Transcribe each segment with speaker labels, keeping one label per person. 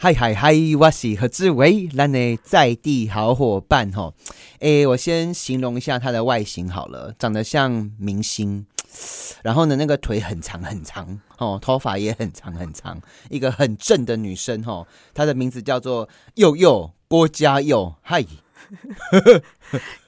Speaker 1: 嗨嗨嗨，我是何志伟，咱的在地好伙伴哈。诶，我先形容一下他的外形好了，长得像明星，然后呢，那个腿很长很长哦，头发也很长很长，一个很正的女生哦。她的名字叫做佑佑郭嘉佑，嗨。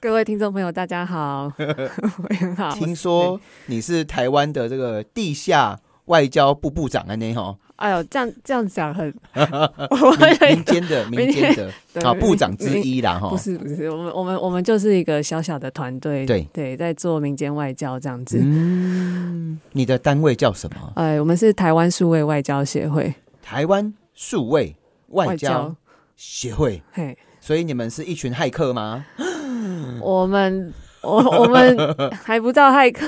Speaker 2: 各位听众朋友，大家好， 我很好。
Speaker 1: 听说你是台湾的这个地下外交部部长啊，那哈，
Speaker 2: 哎呦，这样这样 讲很，我
Speaker 1: 民民间的民间的
Speaker 2: 对
Speaker 1: 啊部长之哦一啦哈
Speaker 2: 不。是不是，我们我们我们就是一个小小的团队，
Speaker 1: 对
Speaker 2: 对，在做民间外交这样子。
Speaker 1: 嗯，你的单位叫什么？
Speaker 2: 哎，我们是台湾数位外交协会
Speaker 1: 台湾数位外交协会。
Speaker 2: 嘿，
Speaker 1: 所以你们是一群骇客 吗？嗯
Speaker 2: 我们我 我们还不到骇客，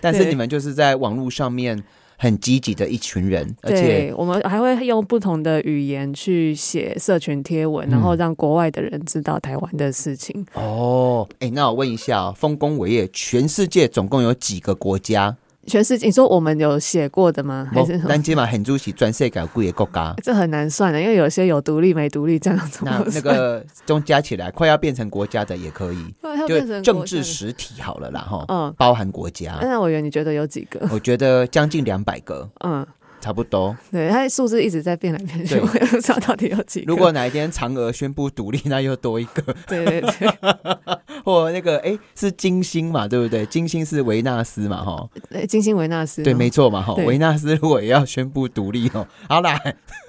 Speaker 1: 但是
Speaker 2: 对
Speaker 1: 你们就是在网络上面很积极的一群人，而且
Speaker 2: 对，我们还会用不同的语言去写社群贴文，然
Speaker 1: 嗯
Speaker 2: 后让国外的人知道台湾的事情。
Speaker 1: 哦，哎、那我问一下、哦，丰功伟业，全世界总共有几个国家？
Speaker 2: 全世界，你说我们有写过的吗？还是？
Speaker 1: 哦咱起码很主席全世界有几个国家
Speaker 2: 这很难算的，因为有些有独立没独立这样子。
Speaker 1: 那那 个中加起来快要变成国家的也可以，
Speaker 2: 不然它变
Speaker 1: 就
Speaker 2: 成
Speaker 1: 政
Speaker 2: 国家
Speaker 1: 治啊
Speaker 2: 的
Speaker 1: 实体好了啦哈，
Speaker 2: 嗯，
Speaker 1: 包含国家，
Speaker 2: 那我以为你觉得有几个？
Speaker 1: 我觉得将近两百个
Speaker 2: 嗯，
Speaker 1: 差不 多。
Speaker 2: 对，它数字一直在变来变去，
Speaker 1: 对
Speaker 2: 我也不知道到底有几个。
Speaker 1: 如果哪一天嫦娥宣布独立，那又多一个，
Speaker 2: 对对对，
Speaker 1: 或那个哎、是金星嘛，对不 对？金星是维纳斯嘛哈，
Speaker 2: 对金星维纳斯哦
Speaker 1: 对，没错嘛，哈，
Speaker 2: 对
Speaker 1: 维纳斯如果也要宣布独立哦，好啦，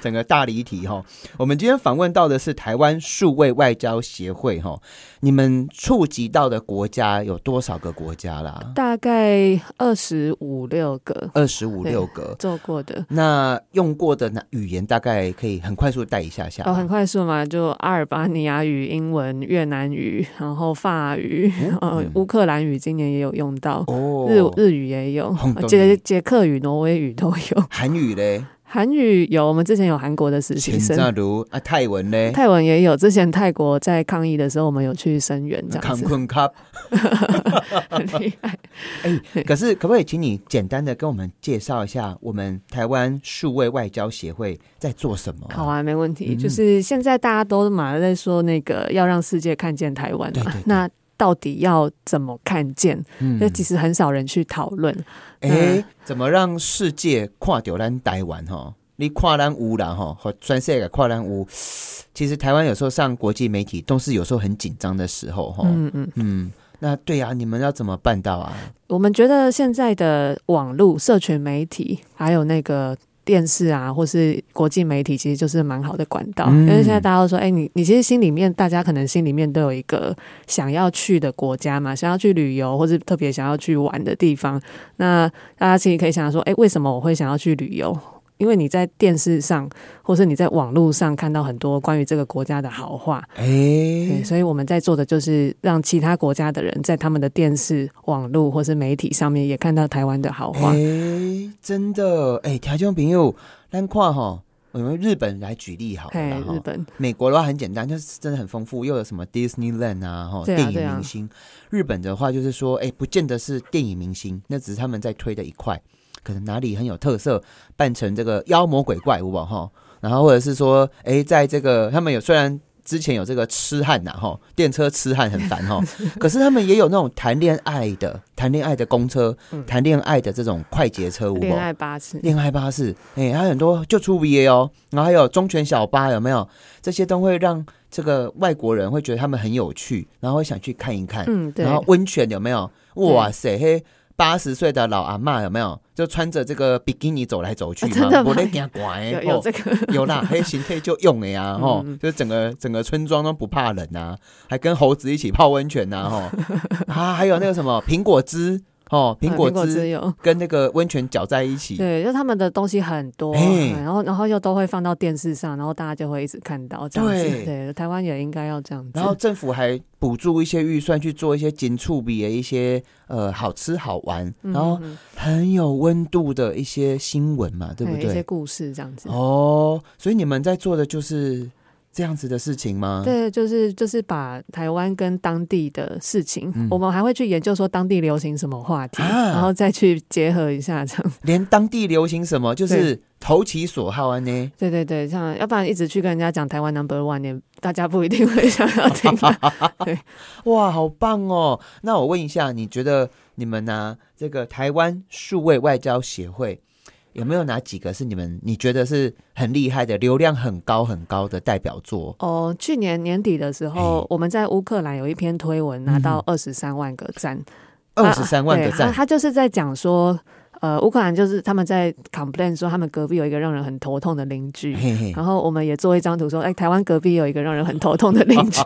Speaker 1: 整个大离题哈。我们今天访问到的是台湾数位外交协会哈，你们触及到的国家有多少个国家啦？
Speaker 2: 大概二十五六个
Speaker 1: 二十五
Speaker 2: 对
Speaker 1: 六个。
Speaker 2: 做过的。
Speaker 1: 那用过的那语言大概可以很快速带一下下吧。
Speaker 2: 哦，很快速嘛，就阿尔巴尼亚语、英文、越南语，然后法语，
Speaker 1: 嗯
Speaker 2: 呃，乌克兰语今年也有用到，日
Speaker 1: 哦，
Speaker 2: 日语也有呃
Speaker 1: 轰，动
Speaker 2: 捷
Speaker 1: 语
Speaker 2: 捷克语、挪威语都有，
Speaker 1: 韩语嘞，
Speaker 2: 韩语有，我们之前有韩国的实习
Speaker 1: 秦
Speaker 2: 生，
Speaker 1: 正如啊，泰文嘞，
Speaker 2: 泰文也有，之前泰国在抗议的时候，我们有去声援，这样
Speaker 1: 康
Speaker 2: 子
Speaker 1: 坤 cup。
Speaker 2: 很 厉 害。
Speaker 1: 可是，可不可以请你简单的跟我们介绍一下，我们台湾数位外交协会在做什么、
Speaker 2: 好，啊，没问题。
Speaker 1: 嗯
Speaker 2: 就是现在大家都马上在说那个要让世界看见台湾
Speaker 1: 对
Speaker 2: 嘛
Speaker 1: 对对，
Speaker 2: 那到底要怎么看见？
Speaker 1: 嗯
Speaker 2: 那其实很少人去讨论。
Speaker 1: 哎、
Speaker 2: 嗯
Speaker 1: 怎么让世界跨掉咱台湾哈？你跨咱乌啦哈，和全世界跨咱乌。其实台湾有时候上国际媒体都是有时候很紧张的时候哈。嗯
Speaker 2: 嗯嗯，
Speaker 1: 那对啊，你们要怎么办到啊？
Speaker 2: 我们觉得现在的网络、社群媒体，还有那个。电视啊，或是国际媒体，其实就是蛮好的管道，
Speaker 1: 嗯
Speaker 2: 因为现在大家都说，哎、你你其实心里面，大家可能心里面都有一个想要去的国家嘛，想要去旅游，或是特别想要去玩的地方。那大家其实可以想想说，哎、为什么我会想要去旅游？因为你在电视上，或是你在网络上看到很多关于这个国家的好话，
Speaker 1: 哎、
Speaker 2: 对，所以我们在做的就是让其他国家的人在他们的电视、网络或是媒体上面也看到台湾的好话。
Speaker 1: 哎、真的哎，条、件朋友，咱跨哈，我们日本来举例好了
Speaker 2: 嘿
Speaker 1: 啦，
Speaker 2: 日
Speaker 1: 哈。
Speaker 2: 本，
Speaker 1: 美国的话很简单，就是真的很丰富，又有什么 Disneyland 啊，哈、
Speaker 2: 对啊
Speaker 1: 电
Speaker 2: 对
Speaker 1: 影
Speaker 2: 啊
Speaker 1: 明星。日本的话就是说，哎，不见得是电影明星，那只是他们在推的一块，可能哪里很有特色，扮成这个妖魔鬼怪，好不哈？然后或者是说，哎，在这个他们有虽然。之前有这个痴汉呐，哈，电车痴汉很烦 哈，可是他们也有那种谈恋爱的、谈恋爱的公车、谈恋爱的这种快捷车，有没有
Speaker 2: 嗯恋爱巴士，
Speaker 1: 恋爱巴士，哎、还有很多就出 VA 哦，然后还有忠犬小八，有没有？这些都会让这个外国人会觉得他们很有趣，然后会想去看一看。
Speaker 2: 嗯，对
Speaker 1: 然，后温泉有没有？哇塞，嘿，八十岁的老阿嬷有没有？就穿着这个比基尼走来走去
Speaker 2: 啊真的吗
Speaker 1: 我在惊管
Speaker 2: 有
Speaker 1: 哎，
Speaker 2: 有
Speaker 1: 哦
Speaker 2: 这个，嗯
Speaker 1: 有 啦，黑形态就用了呀，吼，就整个整个村庄都不怕冷呐、还跟猴子一起泡温泉 呐、吼啊，还有那个什么苹果汁，哦， 苹
Speaker 2: 啊
Speaker 1: 果
Speaker 2: 果汁
Speaker 1: 汁
Speaker 2: 有。
Speaker 1: 跟那个温泉搅在一起，
Speaker 2: 对，就他们的东西很多，啊
Speaker 1: 嘿
Speaker 2: 然后然后又都会放到电视上，然后大家就会一直看到这样子。
Speaker 1: 对
Speaker 2: 对，台湾也应该要这样子。
Speaker 1: 然后政府还补助一些预算去做一些紧促比的一些呃好吃好玩，
Speaker 2: 嗯，
Speaker 1: 然后
Speaker 2: 嗯
Speaker 1: 很有温度的一些新闻嘛，对不哦
Speaker 2: 哎一些
Speaker 1: 对？
Speaker 2: 故事这样子。
Speaker 1: 哦，所以你们在做的就是这样子的事情吗？，
Speaker 2: 对，就是就是把台湾跟当地的事情，
Speaker 1: 嗯
Speaker 2: 我们还会去研究说当地流行什么话题，
Speaker 1: 啊
Speaker 2: 然后再去结合一下这样。
Speaker 1: 连当地流行什么，就是投其所好啊呢。
Speaker 2: 对对对，像要不然一直去跟人家讲台湾 number one，也大家不一定会想要听啊、
Speaker 1: 哇，好棒哦！那我问一下，你觉得你们呢、这个台湾数位外交协会有没有哪几个是你们你觉得是很厉害的、流量很高很高的代表作？
Speaker 2: 哦，去年年底的时候
Speaker 1: 嘿，嗯
Speaker 2: 我们在乌克兰有一篇推文拿到二十三万个赞，
Speaker 1: 二十三万个
Speaker 2: 啊对他
Speaker 1: 赞，
Speaker 2: 他就是在讲说，呃，乌克兰就是他们在 complain 说他们隔壁有一个让人很头痛的邻居。
Speaker 1: 嘿嘿，
Speaker 2: 然后我们也做一张图说，哎，台湾隔壁有一个让人很头痛的邻 居，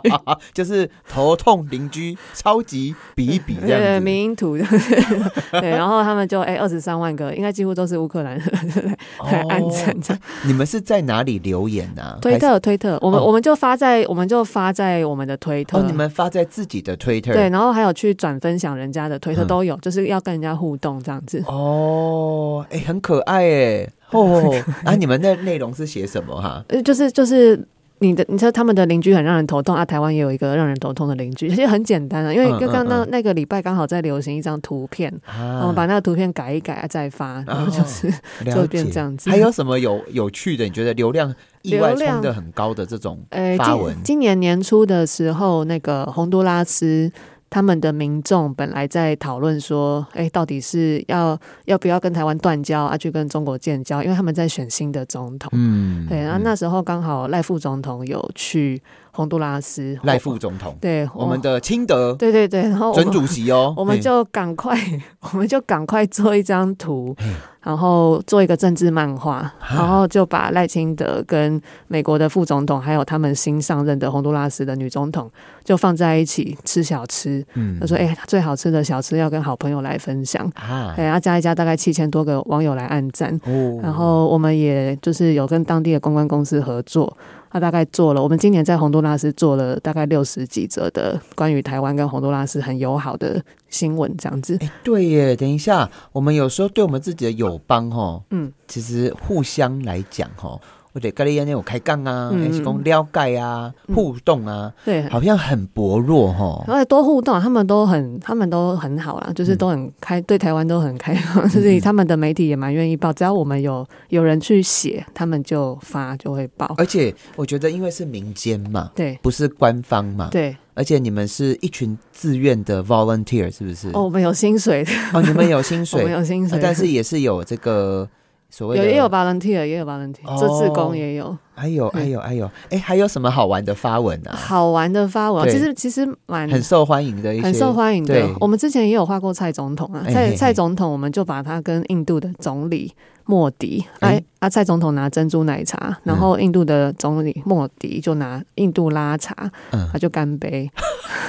Speaker 1: 就是头痛邻居，超级比一比这
Speaker 2: 对对，
Speaker 1: 样子。
Speaker 2: 民音图的， 对，然后他们就哎二十三万个，应该几乎都是乌克兰人 来暗赞这样。
Speaker 1: 哦你们是在哪里留言呢、啊？
Speaker 2: 推特推特，我们
Speaker 1: 哦
Speaker 2: 我们就发在我们就发在我们的推
Speaker 1: 还
Speaker 2: 特
Speaker 1: 是哦，，你们发在自己的推特
Speaker 2: 对，然后还有去转分享人家的推特
Speaker 1: 嗯
Speaker 2: 都有，就是要跟人家互动这样子。
Speaker 1: 哦，哎、很可爱哎哦 啊！你们的内容是写什么哈、
Speaker 2: 呃，就是就是你的，你知道他们的邻居很让人头痛啊。台湾也有一个让人头痛的邻居，其实很简单啊，因为
Speaker 1: 嗯嗯
Speaker 2: 刚刚那、
Speaker 1: 嗯
Speaker 2: 那个礼拜刚好在流行一张图片，
Speaker 1: 啊哦
Speaker 2: 我们把那个图片改一改啊，再发，然后就是、
Speaker 1: 了
Speaker 2: 哦就
Speaker 1: 解
Speaker 2: 变这样子
Speaker 1: 还有什么有有趣的？你觉得流量意外
Speaker 2: 流量
Speaker 1: 冲的很高的这种
Speaker 2: 呃，
Speaker 1: 发文
Speaker 2: 今今年年初的时候，那个洪都拉斯他们的民众本来在讨论说，哎、到底是要要不要跟台湾断交啊，去跟中国建交？因为他们在选新的总统。
Speaker 1: 嗯，
Speaker 2: 对，然后那时候刚好赖副总统有去洪都拉斯，
Speaker 1: 赖副总统，
Speaker 2: 对
Speaker 1: 我们的清德
Speaker 2: 对对对，然后我
Speaker 1: 准
Speaker 2: 们
Speaker 1: 主席哦，
Speaker 2: 我们
Speaker 1: 嘿
Speaker 2: 就赶快， 我们就赶快做一张图，然后做一个政治漫画，然后就把赖清德跟美国的副总统，还有他们新上任的洪都拉斯的女总统，就放在一起吃小吃。
Speaker 1: 嗯
Speaker 2: 他说：“哎、最好吃的小吃要跟好朋友来分享。”
Speaker 1: 啊
Speaker 2: 哎，要加一加，大概七千多个网友来按赞。
Speaker 1: 哦
Speaker 2: 然后我们也就是有跟当地的公关公司合作，他大概做了，我们今年在洪都拉斯做了大概六十几则的关于台湾跟洪都拉斯很友好的新闻，这样子。
Speaker 1: 哎，对耶，等一下，我们有时候对我们自己的友邦哦，
Speaker 2: 嗯，
Speaker 1: 其实互相来讲哦。我得跟你那有开杠啊，
Speaker 2: 嗯
Speaker 1: 还是讲了解啊、
Speaker 2: 嗯
Speaker 1: 互动啊，
Speaker 2: 对，
Speaker 1: 好像很薄弱哦。
Speaker 2: 而且多互动啊，他们都很，他们都很好啦，就是都很开，对台湾都很开放，就是他们的媒体也蛮愿意报，只要我们有有人去写，他们就发就会报。
Speaker 1: 而且我觉得，因为是民间嘛，
Speaker 2: 呃对
Speaker 1: 不是官方嘛，
Speaker 2: 呃对，
Speaker 1: 而且你们是一群自愿的 volunteer，是不是？
Speaker 2: 哦，我们有薪水的，
Speaker 1: 哦你们有薪
Speaker 2: 我
Speaker 1: 水
Speaker 2: 们，有薪
Speaker 1: 呃
Speaker 2: 水，啊
Speaker 1: 但是也是有这个所谓
Speaker 2: 有
Speaker 1: 的，
Speaker 2: 也有 volunteer，也有 volunteer，做
Speaker 1: 哦
Speaker 2: 志工也有。
Speaker 1: 哎呦哎呦哎呦，哎，还有什么好玩的发文啊？
Speaker 2: 好玩的发文，
Speaker 1: 对
Speaker 2: 其实其实蛮
Speaker 1: 很受欢迎的一些，
Speaker 2: 很受欢迎的
Speaker 1: 对。
Speaker 2: 我们之前也有画过蔡总统啊，
Speaker 1: 哎嘿
Speaker 2: 蔡
Speaker 1: 嘿
Speaker 2: 蔡总统，我们就把他跟印度的总理莫迪，
Speaker 1: 哎嗯
Speaker 2: 哎啊，蔡总统拿珍珠奶茶，然后印度的总理莫迪就拿印度拉茶，
Speaker 1: 嗯
Speaker 2: 他，就干杯。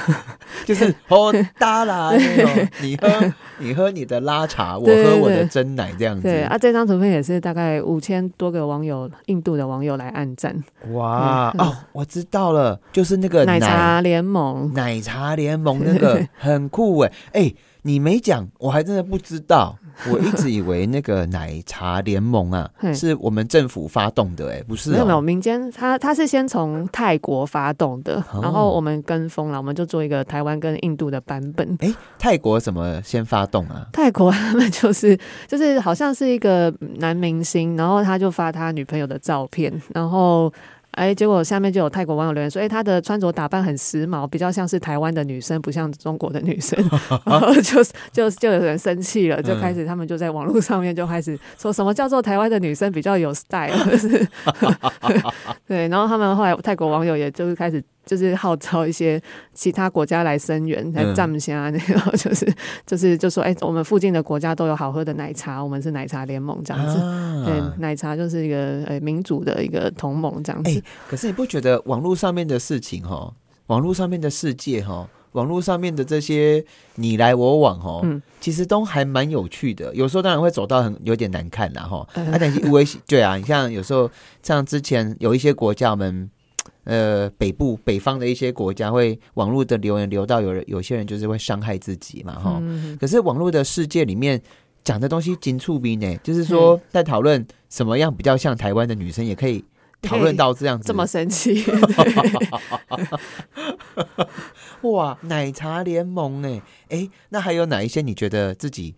Speaker 1: 就是哦，哒啦那种，你喝你喝你的拉茶，我喝我的真奶这样子，
Speaker 2: 对啊，这张图片也是大概五千多个网友，印度的网友来按赞。
Speaker 1: 哇
Speaker 2: 嗯
Speaker 1: 哦，我知道了，就是那个
Speaker 2: 奶茶联盟，
Speaker 1: 奶茶联盟那 个很酷哎、哎、你没讲，我还真的不知道。我一直以为那个奶茶联盟啊
Speaker 2: 嘿，
Speaker 1: 是我们政府发动的哎、不是、哦？
Speaker 2: 没有没有，民间它它是先从泰国发动的，
Speaker 1: 哦
Speaker 2: 然后我们跟风了，我们就做一个台湾跟印度的版本。
Speaker 1: 哎、泰国什么先发动啊？
Speaker 2: 泰国他们就是 就是好像是一个男明星，然后他就发他女朋友的照片，然后哎，结果下面就有泰国网友留言说，哎，他的穿着打扮很时髦，比较像是台湾的女生，不像中国的女生，然后就就就有人生气了，就开始他们就在网络上面就开始说什么叫做台湾的女生比较有 style，就是 对，然后他们后来泰国网友也就是开始。就是号召一些其他国家来声援，来
Speaker 1: 嗯
Speaker 2: 站下那个，就是就是就说，哎、我们附近的国家都有好喝的奶茶，我们是奶茶联盟这样子。对
Speaker 1: 啊，，
Speaker 2: 奶茶就是一个呃民主的一个同盟这样子。
Speaker 1: 哎可是你不觉得网络上面的事情哈，网络上面的世界哈，网络上面的这些你来我往哦，
Speaker 2: 嗯
Speaker 1: 其实都还蛮有趣的。有时候当然会走到很有点难看啦哈，
Speaker 2: 嗯
Speaker 1: 啊，但是我也喜 对啊，你像有时候像之前有一些国家我们。呃，北部北方的一些国家会网络的留言留到有人有些人就是会伤害自己嘛，哈、
Speaker 2: 嗯，
Speaker 1: 可是网络的世界里面讲的东西紧促逼呢，就是说在讨论什么样比较像台湾的女生，也可以讨论到这样子，
Speaker 2: 这么 神奇，
Speaker 1: 哇，奶茶联盟哎哎，那还有哪一些你觉得自己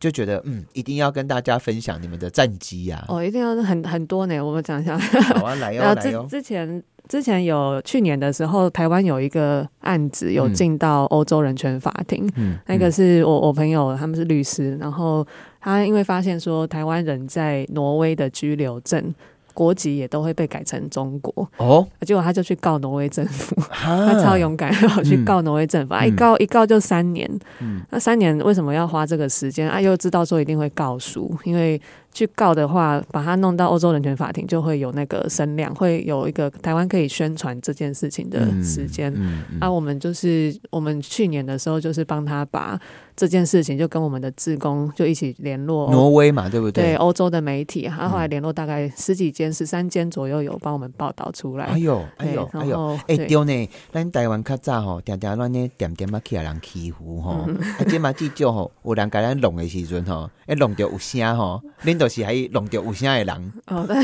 Speaker 1: 就觉得嗯，一定要跟大家分享你们的战绩呀、
Speaker 2: 哦，一定要很很多呢。我们讲一下，
Speaker 1: 好 啊，来哟、
Speaker 2: 然后
Speaker 1: 来哟、
Speaker 2: 之之前之前有去年的时候，台湾有一个案子有
Speaker 1: 嗯
Speaker 2: 进到欧洲人权法庭，
Speaker 1: 嗯，
Speaker 2: 那个是我我朋友他们是律师，然后他因为发现说台湾人在挪威的居留证。国籍也都会被改成中国，
Speaker 1: 嗯哦，
Speaker 2: 结果他就去告挪威政府，
Speaker 1: 他
Speaker 2: 他超勇敢，然后去
Speaker 1: 啊嗯
Speaker 2: 告挪威政府，啊一
Speaker 1: 嗯
Speaker 2: 告一告就三年，
Speaker 1: 嗯
Speaker 2: 那三年为什么要花这个时间啊？又知道说一定会告输，因为去告的话，把它弄到欧洲人权法庭，就会有那个声量，会有一个台湾可以宣传这件事情的时间。
Speaker 1: 嗯嗯
Speaker 2: 啊，我们就是我们去年的时候，就是帮他把这件事情，就跟我们的志工就一起联络欧
Speaker 1: 挪威嗯嘛，对不
Speaker 2: 哦对
Speaker 1: 对？
Speaker 2: 欧洲的媒体，他后来联络大概十几间、十三间左右，有帮我们报道出来
Speaker 1: 哎。呦，哎
Speaker 2: 对，
Speaker 1: 呦，哎
Speaker 2: 然
Speaker 1: 呦。
Speaker 2: 后
Speaker 1: 哎
Speaker 2: 对
Speaker 1: 丢呢，咱台湾较早吼，定定咱呢点点啊去啊人欺负吼，
Speaker 2: 嗯
Speaker 1: 啊即嘛至少吼，有人甲咱弄的时阵吼，哎弄着有声吼，恁都是迄弄着有声的人，
Speaker 2: 哦，对，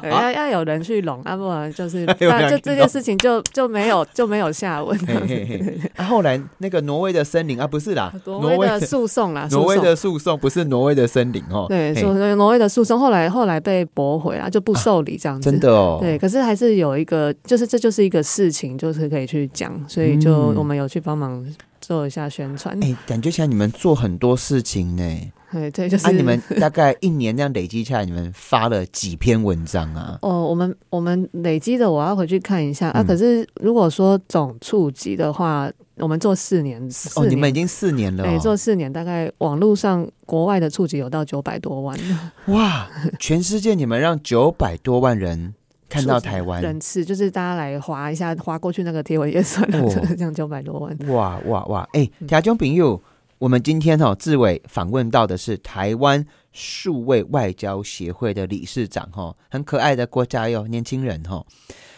Speaker 2: 对哎要要有人去拢，啊，不 然就是，
Speaker 1: 啊有人
Speaker 2: 那就
Speaker 1: 去
Speaker 2: 这
Speaker 1: 拢
Speaker 2: 件事情就就没有 就没有下 文。
Speaker 1: 嘿 嘿嘿，啊，后来那个挪威的森林啊，不是啦，
Speaker 2: 挪
Speaker 1: 挪
Speaker 2: 威
Speaker 1: 威
Speaker 2: 的诉讼啦，
Speaker 1: 挪威
Speaker 2: 诉讼
Speaker 1: 的诉讼不是挪威的森林哦，
Speaker 2: 对，
Speaker 1: 嘿
Speaker 2: 所以挪威的诉讼后来后来被驳回了，就不受理这样子。
Speaker 1: 真的哦，
Speaker 2: 对，可是还是有一个，就是这就是一个事情，就是可以去讲，所以就
Speaker 1: 嗯
Speaker 2: 我们有去帮忙做一下宣传。
Speaker 1: 哎、感觉起来你们做很多事情呢，
Speaker 2: 对，这就是、
Speaker 1: 啊，你们大概一年这样累积下来，你们发了几篇文章啊？
Speaker 2: 哦，我们我们累积的，我要回去看一下啊。
Speaker 1: 嗯
Speaker 2: 可是如果说总触及的话，我们做四年， 四
Speaker 1: 哦，
Speaker 2: 年
Speaker 1: 你们已经四年了、
Speaker 2: 对做
Speaker 1: 哦，
Speaker 2: 四年，大概网络上国外的触及有到九百多万
Speaker 1: 哇，全世界你们让九百多万人看到
Speaker 2: 触及
Speaker 1: 台湾
Speaker 2: 人，次，就是大家来划一下，划过去那个贴文也算了，
Speaker 1: 哦
Speaker 2: 就是这样九百多万。
Speaker 1: 哇哇哇！哎、
Speaker 2: 嗯
Speaker 1: 台中朋友，我们今天哦，志伟访问到的是台湾数位外交协会的理事长哦，很可爱的国家哟，年轻人哦，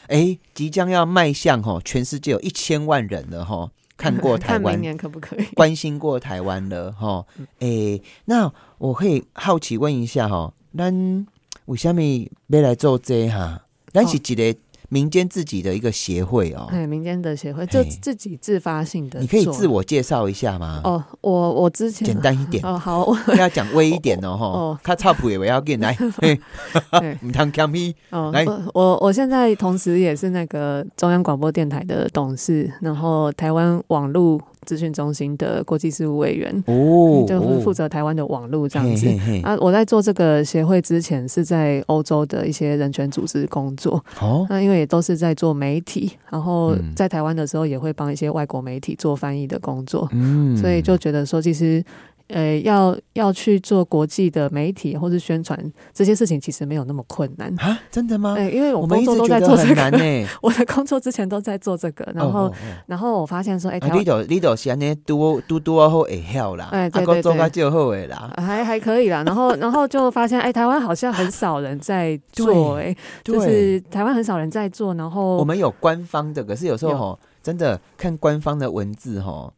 Speaker 1: 哎、即将要迈向哦，全世界有一千万人了哦，看过台
Speaker 2: 看明
Speaker 1: 湾。
Speaker 2: 年可不可以？
Speaker 1: 关心过台湾了哈。
Speaker 2: 嗯
Speaker 1: 诶、那我可以好奇问一下哈，咱为什么要来做这哈、咱是一个民间自己的一个协会哦，
Speaker 2: 哦哎，民间的协会就
Speaker 1: 嘿
Speaker 2: 自己自发性的，
Speaker 1: 你可以自。我介绍一下吗？
Speaker 2: 哦，我我之前
Speaker 1: 简单一点，
Speaker 2: 哦，好，我
Speaker 1: 要讲微一点哦
Speaker 2: 哦
Speaker 1: 哈。他差谱也要给来，嘿，
Speaker 2: 对
Speaker 1: 唔通讲咪
Speaker 2: 哦
Speaker 1: 来，
Speaker 2: 我我我现在同时也是那个中央广播电台的董事，然后台湾网络资讯中心的国际事务委员，
Speaker 1: 哦，
Speaker 2: 嗯就是负
Speaker 1: 哦
Speaker 2: 责台湾的网络这样子。
Speaker 1: 嘿嘿嘿
Speaker 2: 啊，我在做这个协会之前是在欧洲的一些人权组织工作，
Speaker 1: 哦，
Speaker 2: 那因为也都是在做媒体，然后
Speaker 1: 嗯
Speaker 2: 在台湾的时候也会帮一些外国媒体做翻译的工作，
Speaker 1: 嗯
Speaker 2: 所以就觉得说，其实呃，要要去做国际的媒体或是宣传这些事情，其实没有那么困难。
Speaker 1: 啊，真的吗？
Speaker 2: 对，因为哎我
Speaker 1: 我们
Speaker 2: 工
Speaker 1: 一
Speaker 2: 作
Speaker 1: 直
Speaker 2: 都
Speaker 1: 觉
Speaker 2: 在
Speaker 1: 得
Speaker 2: 做这
Speaker 1: 很
Speaker 2: 个
Speaker 1: 难，呢。
Speaker 2: 我的工作之前都在做这个，然
Speaker 1: 哦
Speaker 2: 后、
Speaker 1: 哦哦
Speaker 2: 然后我发现说，哎、
Speaker 1: 啊，
Speaker 2: 台
Speaker 1: 你
Speaker 2: 湾。
Speaker 1: 都你都是安尼拄拄拄好会晓啦，
Speaker 2: 哎
Speaker 1: 啊，
Speaker 2: 对对
Speaker 1: 个做
Speaker 2: 对呃
Speaker 1: 较少好诶啦，
Speaker 2: 啊还还可以啦，然后然后就发现，哎，台湾好像很少人在做、
Speaker 1: 对
Speaker 2: 哎，
Speaker 1: 对
Speaker 2: 就是台湾很少人在做，然后
Speaker 1: 我们有官方的，可是有时候
Speaker 2: 有
Speaker 1: 吼，真的看官方的文字吼，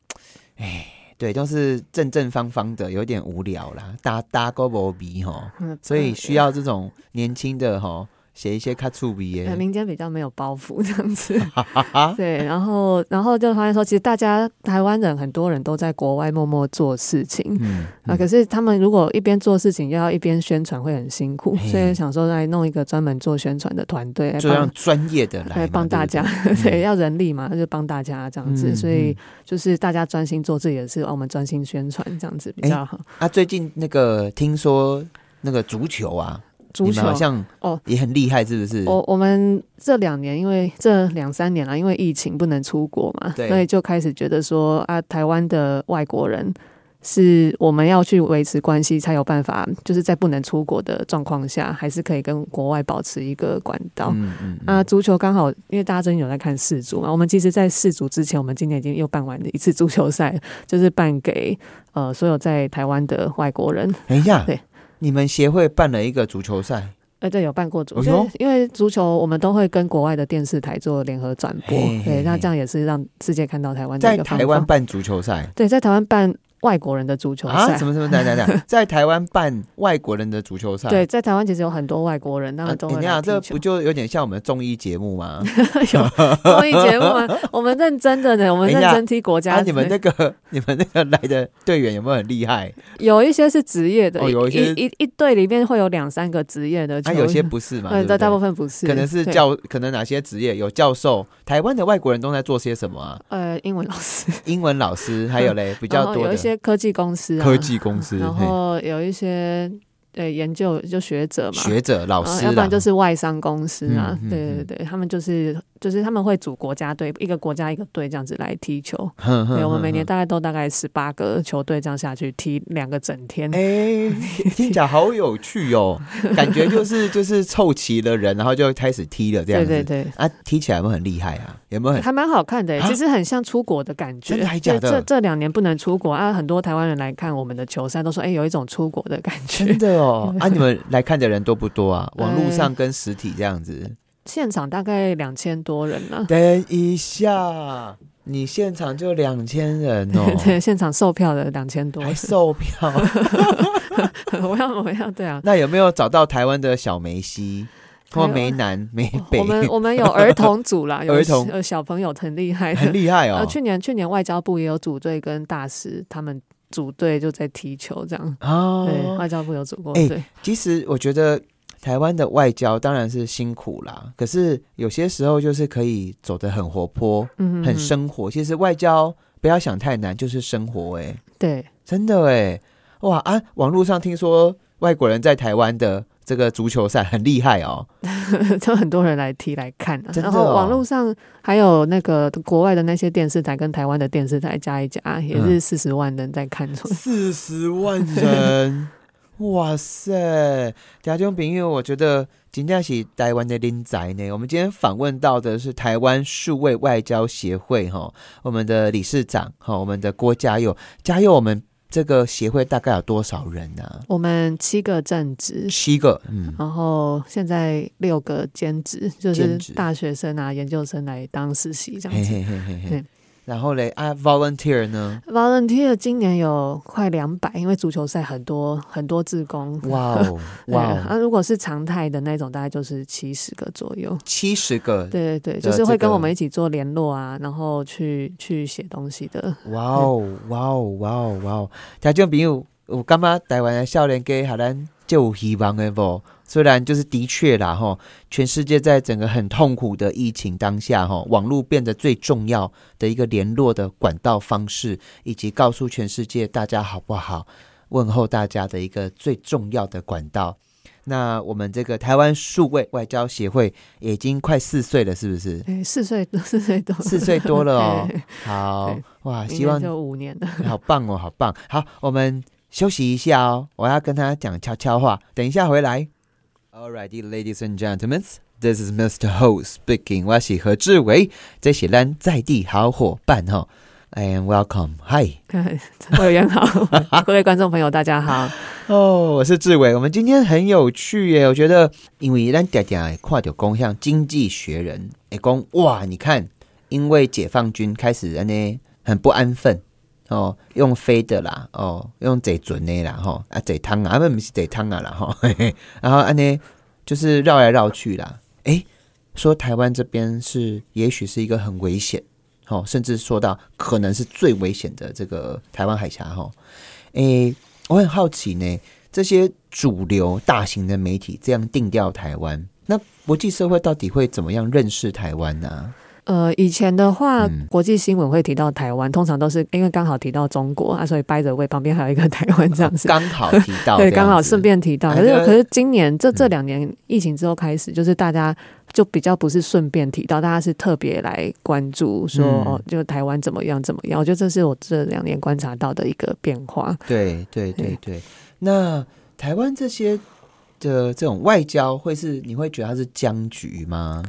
Speaker 1: 哎，对，都是正正方方的，有点无聊啦，搭搭个无鼻吼，
Speaker 2: 嗯
Speaker 1: 所以需要这种年轻的吼，写一些卡触鼻
Speaker 2: 呃，
Speaker 1: 耶，
Speaker 2: 民间比较没有包袱这样 子。
Speaker 1: 哈哈，
Speaker 2: 对，然后然后就发现说，其实大家台湾人很多人都在国外默默做事情。
Speaker 1: 嗯，
Speaker 2: 啊，可
Speaker 1: 是
Speaker 2: 是他们如果一边做事情，又要一边宣传，会很辛苦，
Speaker 1: 嘿
Speaker 2: 所以想说来弄一个专门做宣传的团队来
Speaker 1: 就让
Speaker 2: 帮
Speaker 1: 专业的来
Speaker 2: 来
Speaker 1: 嘛
Speaker 2: 帮大家，，
Speaker 1: 对不
Speaker 2: 对，
Speaker 1: 对嗯
Speaker 2: 要人力嘛，那就帮大家这样子，
Speaker 1: 嗯
Speaker 2: 所以
Speaker 1: 嗯
Speaker 2: 就是大家专心做自己的事，啊我们专心宣传这样子比较好。
Speaker 1: 啊，最近那个听说那个足球啊，
Speaker 2: 足
Speaker 1: 你
Speaker 2: 球
Speaker 1: 们好像
Speaker 2: 哦
Speaker 1: 也很厉害，是不是？
Speaker 2: 我我们这两年，因为这两三年了、啊因为疫情不能出国嘛，
Speaker 1: 对
Speaker 2: 所以就开始觉得说啊，台湾的外国人是我们要去维持关系，才有办法，就是在不能出国的状况下，还是可以跟国外保持一个管道。
Speaker 1: 嗯嗯嗯
Speaker 2: 啊，足球刚好，因为大家最近有在看世足嘛。我们其实，在世足之前，我们今年已经又办完一次足球赛，就是办给呃所有在台湾的外国人。
Speaker 1: 等一下，
Speaker 2: 对，
Speaker 1: 哎你们协会办了一个足球赛，
Speaker 2: 呃，对，有办过足
Speaker 1: 哎
Speaker 2: 球，
Speaker 1: 呦
Speaker 2: 因为足球我们都会跟国外的电视台做联合转播，
Speaker 1: 嘿嘿
Speaker 2: 对，那
Speaker 1: 嘿
Speaker 2: 这样也是让世界看到台湾的
Speaker 1: 在
Speaker 2: 一个方
Speaker 1: 台湾
Speaker 2: 法
Speaker 1: 办足球赛，
Speaker 2: 对，在台湾办外国人的足球赛
Speaker 1: 啊，什。么什么等等等，在台湾办外国人的足球赛，
Speaker 2: 对，在台湾其实有很多外国人，他
Speaker 1: 啊，
Speaker 2: 们都
Speaker 1: 你
Speaker 2: 会
Speaker 1: 看
Speaker 2: 来
Speaker 1: 这
Speaker 2: 踢
Speaker 1: 不
Speaker 2: 球。
Speaker 1: 就有点像我们的综艺节目吗？
Speaker 2: 有综艺节目啊， 我们认真的呢，我们
Speaker 1: 等一
Speaker 2: 认
Speaker 1: 下
Speaker 2: 真踢国 家
Speaker 1: 哎啊，
Speaker 2: 队。
Speaker 1: 你们那个 你们那个来的队员有没有很厉 害？
Speaker 2: 有一些是职业的，
Speaker 1: 哦有一些
Speaker 2: 一一队里面会有两三个职业的球
Speaker 1: 啊，
Speaker 2: 员，
Speaker 1: 有些不是嘛，对
Speaker 2: 嗯，
Speaker 1: 不
Speaker 2: 大
Speaker 1: 对
Speaker 2: 大部分不是，
Speaker 1: 可能是
Speaker 2: 对
Speaker 1: 教，可能哪些职业有教授？台湾的外国人都在做些什么啊？
Speaker 2: 呃英文老师
Speaker 1: 英文老师，还有嘞比
Speaker 2: 比
Speaker 1: 较多
Speaker 2: 嗯有一
Speaker 1: 的
Speaker 2: 些科技公司、啊、
Speaker 1: 科技公司，
Speaker 2: 然
Speaker 1: 嘿
Speaker 2: 后有一些呃研究就学者嘛，
Speaker 1: 学者、老
Speaker 2: 啊
Speaker 1: 师
Speaker 2: 要不
Speaker 1: 啦
Speaker 2: 然，就是外商公司啊，
Speaker 1: 嗯嗯
Speaker 2: 对对对，他们就是就是他们会组国家队，一个国家一个队这样子来踢球。
Speaker 1: 哼哼
Speaker 2: 对，我们
Speaker 1: 哼
Speaker 2: 每年
Speaker 1: 哼
Speaker 2: 大概都大概十八个球队这样下去踢两个整天。
Speaker 1: 哎，听听起来好有趣哦，感觉就是 就是凑齐了人，然后就开始踢了这样
Speaker 2: 对
Speaker 1: 子。
Speaker 2: 对对，
Speaker 1: 啊，踢起来有没有很厉害啊？有没有很
Speaker 2: 还蛮好看的耶，欸
Speaker 1: 啊
Speaker 2: 其实很像出国的感觉。
Speaker 1: 真的还假的
Speaker 2: 对这这两年不能出国啊，很多台湾人来看我们的球赛，都说哎、有一种出国的感觉
Speaker 1: 真。的哦？啊，你们来看的人多不多啊？网络
Speaker 2: 呃
Speaker 1: 上跟实体这样子。
Speaker 2: 现场大概两千多人啊呢、，
Speaker 1: 等一下，你现场就两千人哦
Speaker 2: 对，现场售票的两千多
Speaker 1: 还
Speaker 2: 人。
Speaker 1: 售票？
Speaker 2: 我要我要对啊。
Speaker 1: 那有没有找到台湾的小梅西
Speaker 2: 还
Speaker 1: 或
Speaker 2: 有
Speaker 1: 梅南、梅
Speaker 2: 哦我
Speaker 1: 北？
Speaker 2: 们我们有儿童组 啦，有
Speaker 1: 儿童
Speaker 2: 呃小朋友很厉害
Speaker 1: 很
Speaker 2: 的。
Speaker 1: 厉害
Speaker 2: 呃，
Speaker 1: 哦。
Speaker 2: 去年去年外交部也有组队跟大师他们组队就在踢球这样。对，
Speaker 1: 哦，
Speaker 2: 外交部有组过
Speaker 1: 哎
Speaker 2: 队。
Speaker 1: 其实我觉得台湾的外交当然是辛苦啦，可是有些时候就是可以走得很活泼、
Speaker 2: 嗯，
Speaker 1: 很
Speaker 2: 深。
Speaker 1: 生活。其实外交不要想太难，就是生活哎、
Speaker 2: 对，
Speaker 1: 真的哎，哇啊！网络上听说外国人在台湾的这个足球赛很厉害哦，
Speaker 2: 就很多人来踢来看、啊，
Speaker 1: 真的
Speaker 2: 然
Speaker 1: 哦
Speaker 2: 后网络上还有那个国外的那些电视台跟台湾的电视台加一加，也
Speaker 1: 嗯
Speaker 2: 是四十万人在看 出来。
Speaker 1: 四十万人，哇塞！家中朋友，我觉得今天是台湾的林宅呢。我们今天访问到的是台湾数位外交协会哈，我们的理事长哈，我们的郭家佑，家佑，我们这个协会大概有多少人呢、
Speaker 2: 我们七个正职，
Speaker 1: 七个，嗯，
Speaker 2: 然后现在六个兼职，就
Speaker 1: 兼
Speaker 2: 是
Speaker 1: 职
Speaker 2: 大学生啊、研究生来当实习这样
Speaker 1: 嘿
Speaker 2: 子。
Speaker 1: 嘿嘿嘿嘿
Speaker 2: 对。
Speaker 1: 然后嘞，啊，volunteer 呢？
Speaker 2: Volunteer 今年有快两百，因为足球赛很多很多志工。
Speaker 1: 哇哦，
Speaker 2: 对
Speaker 1: 哇
Speaker 2: 啊，
Speaker 1: 哦，
Speaker 2: 那如果是常态的那种，大概就是七十个左右。
Speaker 1: 七十个，
Speaker 2: 对对对，
Speaker 1: 啊这
Speaker 2: 就是会跟
Speaker 1: 个
Speaker 2: 我们一起做联络啊，然后去去写东西的。？
Speaker 1: 哇哦，哇哦，哇哦，哇哦！听众朋友，我感觉台湾的少年家还咱就有希望的不？虽然就是的确啦，吼，全世界在整个很痛苦的疫情当下，吼，网络变得最重要的一个联络的管道方式，以及告诉全世界大家好不好，问候大家的一个最重要的管道。那我们这个台湾数位外交协会也已经快四岁了，是不是
Speaker 2: 哎，四岁 多，四岁多，，
Speaker 1: 四岁多了哦
Speaker 2: 哎
Speaker 1: 好
Speaker 2: 对
Speaker 1: 哇，
Speaker 2: 明
Speaker 1: 希
Speaker 2: 年
Speaker 1: 望
Speaker 2: 就五年 了。
Speaker 1: 好棒哦，好棒！好，我们休息一下哦，我要跟他讲悄悄话，等一下回来。Alrighty, ladies and gentlemen, this is Mr. Ho speaking. 我是何志伟，这是咱在地好伙伴哈、哦。I am welcome. Hi，
Speaker 2: 我有 缘好，各位观众朋友，大家好。
Speaker 1: 哦，我是志伟。我们今天很有趣耶，我觉得，因为咱嗲嗲跨到公像《经济学人》，哎，公哇，你看，因为解放军开始呢很不安分。哦，用飞的啦，哦，用嘴唇的啦，吼、啊嘴汤啊，啊不不是嘴汤啊啦，吼、嘿嘿然后安呢就是绕来绕去啦，诶，说台湾这边是也许是一个很危险，哦，甚至说到可能是最危险的这个台湾海峡，吼、诶，我很好奇呢，这些主流大型的媒体这样定调台湾，那国际社会到底会怎么样认识台湾啊呢、
Speaker 2: 呃，以前的话，
Speaker 1: 嗯
Speaker 2: 国际新闻会提到台湾，通常都是因为刚好提到中国啊，所以掰着位旁边还有一个台湾这样 子。
Speaker 1: 刚好提到，
Speaker 2: 对，刚好顺。便提到，
Speaker 1: 哎
Speaker 2: 可是
Speaker 1: 对
Speaker 2: 可是今年这
Speaker 1: 嗯
Speaker 2: 这两年疫情之后开始，就是大家就比较不是顺便提到，大家是特别来关注说，
Speaker 1: 嗯
Speaker 2: 哦，就台湾怎么样怎么样。我觉得这是我这两年观察到的一个变化。
Speaker 1: 对对对
Speaker 2: 对
Speaker 1: 对，那台湾这些的这种外交，会是你会觉得它是僵局吗？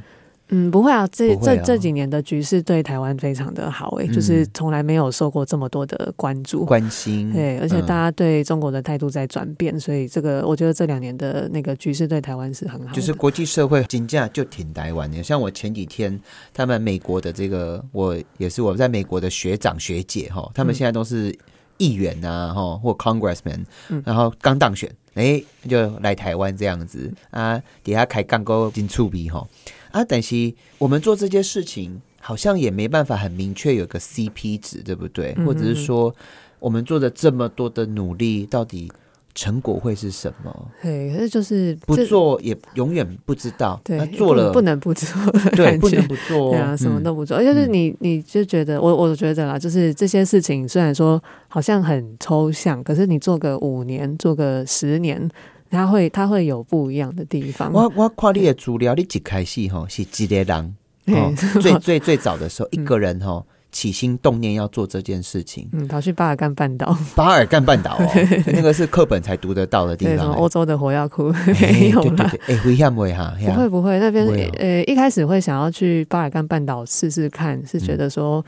Speaker 2: 嗯，不会啊，这、
Speaker 1: 不会
Speaker 2: 这
Speaker 1: 啊
Speaker 2: 这几年的局势对台湾非常的好诶、就是
Speaker 1: 嗯
Speaker 2: 从来没有受过这么多的关注。
Speaker 1: 关心，
Speaker 2: 对，而且
Speaker 1: 嗯
Speaker 2: 大家对中国的态度在转变，所以这个我觉得这两年的那个局势对台湾是很好的。
Speaker 1: 就是国际社会金价就挺台湾的。像我前几天，他们美国的这个，我也是我在美国的学长学姐哈，他们
Speaker 2: 嗯
Speaker 1: 现在都是议员呐、啊，哈，或 congressman，、然后刚当选，哎，就来台湾这样子啊，底下开杠钩金触鼻哈啊，但是我们做这些事情，好像也没办法很明确有个 CP 值，对不对？
Speaker 2: 嗯
Speaker 1: 或者是说，我们做的这么多的努力，到底成果会是什么？
Speaker 2: 对，可是就是
Speaker 1: 不
Speaker 2: 这
Speaker 1: 做也永远不知道，
Speaker 2: 对
Speaker 1: 那做了
Speaker 2: 不能不能不做的
Speaker 1: 对
Speaker 2: 感
Speaker 1: 不能
Speaker 2: 觉。
Speaker 1: 不做，
Speaker 2: 对啊，什么
Speaker 1: 嗯
Speaker 2: 都不做，而且是你，你就觉得我，我觉得啦，就是这些事情虽然说好像很抽象，可是你做个五年，做个十年，它会它会有不一样的地方。
Speaker 1: 我我看你的资料，你一开始吼是一个人，
Speaker 2: 嘿、
Speaker 1: 哦
Speaker 2: 嗯
Speaker 1: 最最最早的时候，一个人吼起心动念要做这件事 情。
Speaker 2: 嗯，跑去巴尔干半岛，
Speaker 1: 巴尔干半岛哦，那个是课本才读得到的地
Speaker 2: 对什么
Speaker 1: 方。欸
Speaker 2: 欧洲的火药库
Speaker 1: 哎
Speaker 2: 没有
Speaker 1: 对对
Speaker 2: 啦，
Speaker 1: 对，哎，危险不会哈？
Speaker 2: 不会不会，那边
Speaker 1: 不会哦
Speaker 2: 呃一开始会想要去巴尔干半岛试试看，是觉
Speaker 1: 嗯
Speaker 2: 得说，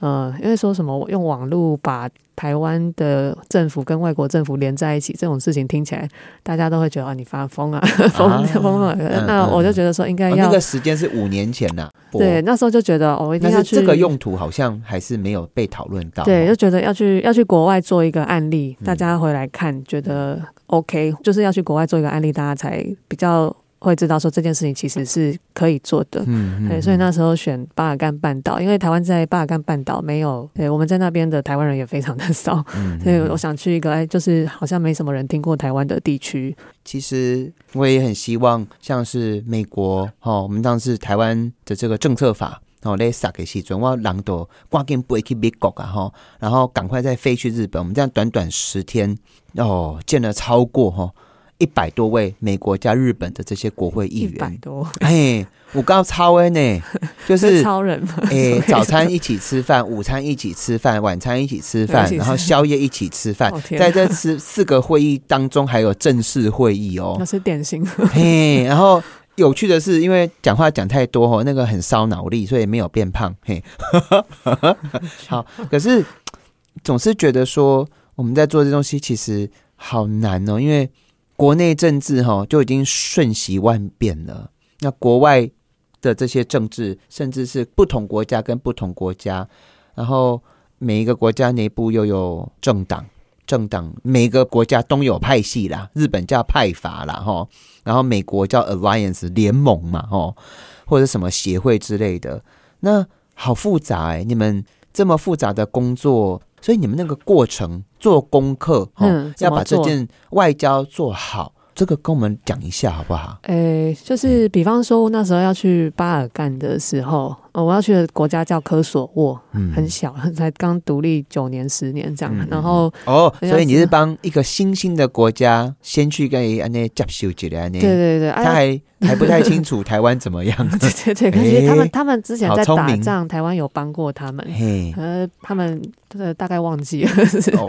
Speaker 2: 呃，因为说什么用网络把台湾的政府跟外国政府连在一起这种事情，听起来大家都会觉得啊，你发疯啊， 疯、
Speaker 1: 啊
Speaker 2: 疯了。
Speaker 1: 嗯
Speaker 2: 那
Speaker 1: 嗯
Speaker 2: 我就觉得说应该
Speaker 1: 哦
Speaker 2: 要、
Speaker 1: 那个时间是五年前呐。不
Speaker 2: 对，，那时候就觉得哦，我一定
Speaker 1: 但
Speaker 2: 要
Speaker 1: 是
Speaker 2: 去
Speaker 1: 这个用途好像还是没有被讨论到哦。
Speaker 2: 对，就觉得要去要去国外做一个案例，大
Speaker 1: 嗯
Speaker 2: 家回来看觉得 OK，就是要去国外做一个案例，大家才比较会知道说这件事情其实是可以做的。
Speaker 1: 嗯，嗯
Speaker 2: 对，所以那时候选巴尔干半岛，因为台湾在巴尔干半岛没有，对，我们在那边的台湾人也非常的少，
Speaker 1: 嗯嗯
Speaker 2: 所以我想去一个哎，就是好像没什么人听过台湾的地区，
Speaker 1: 其实我也很希望，像是美国哦，我们当时台湾的这个政策法哦，来撒给西准，我人都赶紧飞去美国啊哈、吼然后赶快再飞去日本。我们这样短短十天哦，见了超过哈一百多位美国加日本的这些国会议
Speaker 2: 一百
Speaker 1: 员，
Speaker 2: 多，
Speaker 1: 哎，我刚超恩 呢，就
Speaker 2: 是
Speaker 1: 是。
Speaker 2: 超人嘛？
Speaker 1: 哎，早餐一起吃饭，午餐一起吃饭，晚餐一起吃
Speaker 2: 一
Speaker 1: 饭，
Speaker 2: 起吃
Speaker 1: 然后宵夜一起吃饭
Speaker 2: 哦，天啊
Speaker 1: 在这四四个会议当中，还有正式会议哦
Speaker 2: 那。是典型，
Speaker 1: 嘿，然后有趣的是，因为讲话讲太多哦，那个很烧脑力，所以没有变胖。嘿，好，可是总是觉得说我们在做这东西其实好难哦，因为国内政治哈、就已经瞬息万变了，那国外的这些政治，甚至是不同国家跟不同国家，然后每一个国家内部又有政党。政党每个国家都有派系啦，日本叫派阀啦，哈，然后美国叫 alliance 联盟嘛，哦，或者什么协会之类的，那好复杂哎、你们这么复杂的工作，所以你们那个过程做功课，哦，
Speaker 2: 嗯怎
Speaker 1: 要
Speaker 2: 么
Speaker 1: 把这
Speaker 2: 做
Speaker 1: 件外交做好，这个跟我们讲一下好不好？
Speaker 2: 诶，哎就是比方说那时候要去巴尔干的时候，呃我要去的国家叫科索沃，
Speaker 1: 嗯
Speaker 2: 很小， 才刚独立九年、十年这样，
Speaker 1: 嗯嗯
Speaker 2: 然后
Speaker 1: 哦，
Speaker 2: 很
Speaker 1: 所以
Speaker 2: 像
Speaker 1: 你
Speaker 2: 是
Speaker 1: 是帮一个新兴的国家先去跟安那接受起来呢？
Speaker 2: 对对对，
Speaker 1: 他
Speaker 2: 哎。，
Speaker 1: 还还不太清楚台湾怎么样
Speaker 2: 对 对对，可是
Speaker 1: 哎
Speaker 2: 他们他们之前
Speaker 1: 好
Speaker 2: 在
Speaker 1: 聪
Speaker 2: 打
Speaker 1: 明
Speaker 2: 仗，台湾有帮过他们，
Speaker 1: 嘿，
Speaker 2: 呃，他们呃大概忘记了，是
Speaker 1: 哦，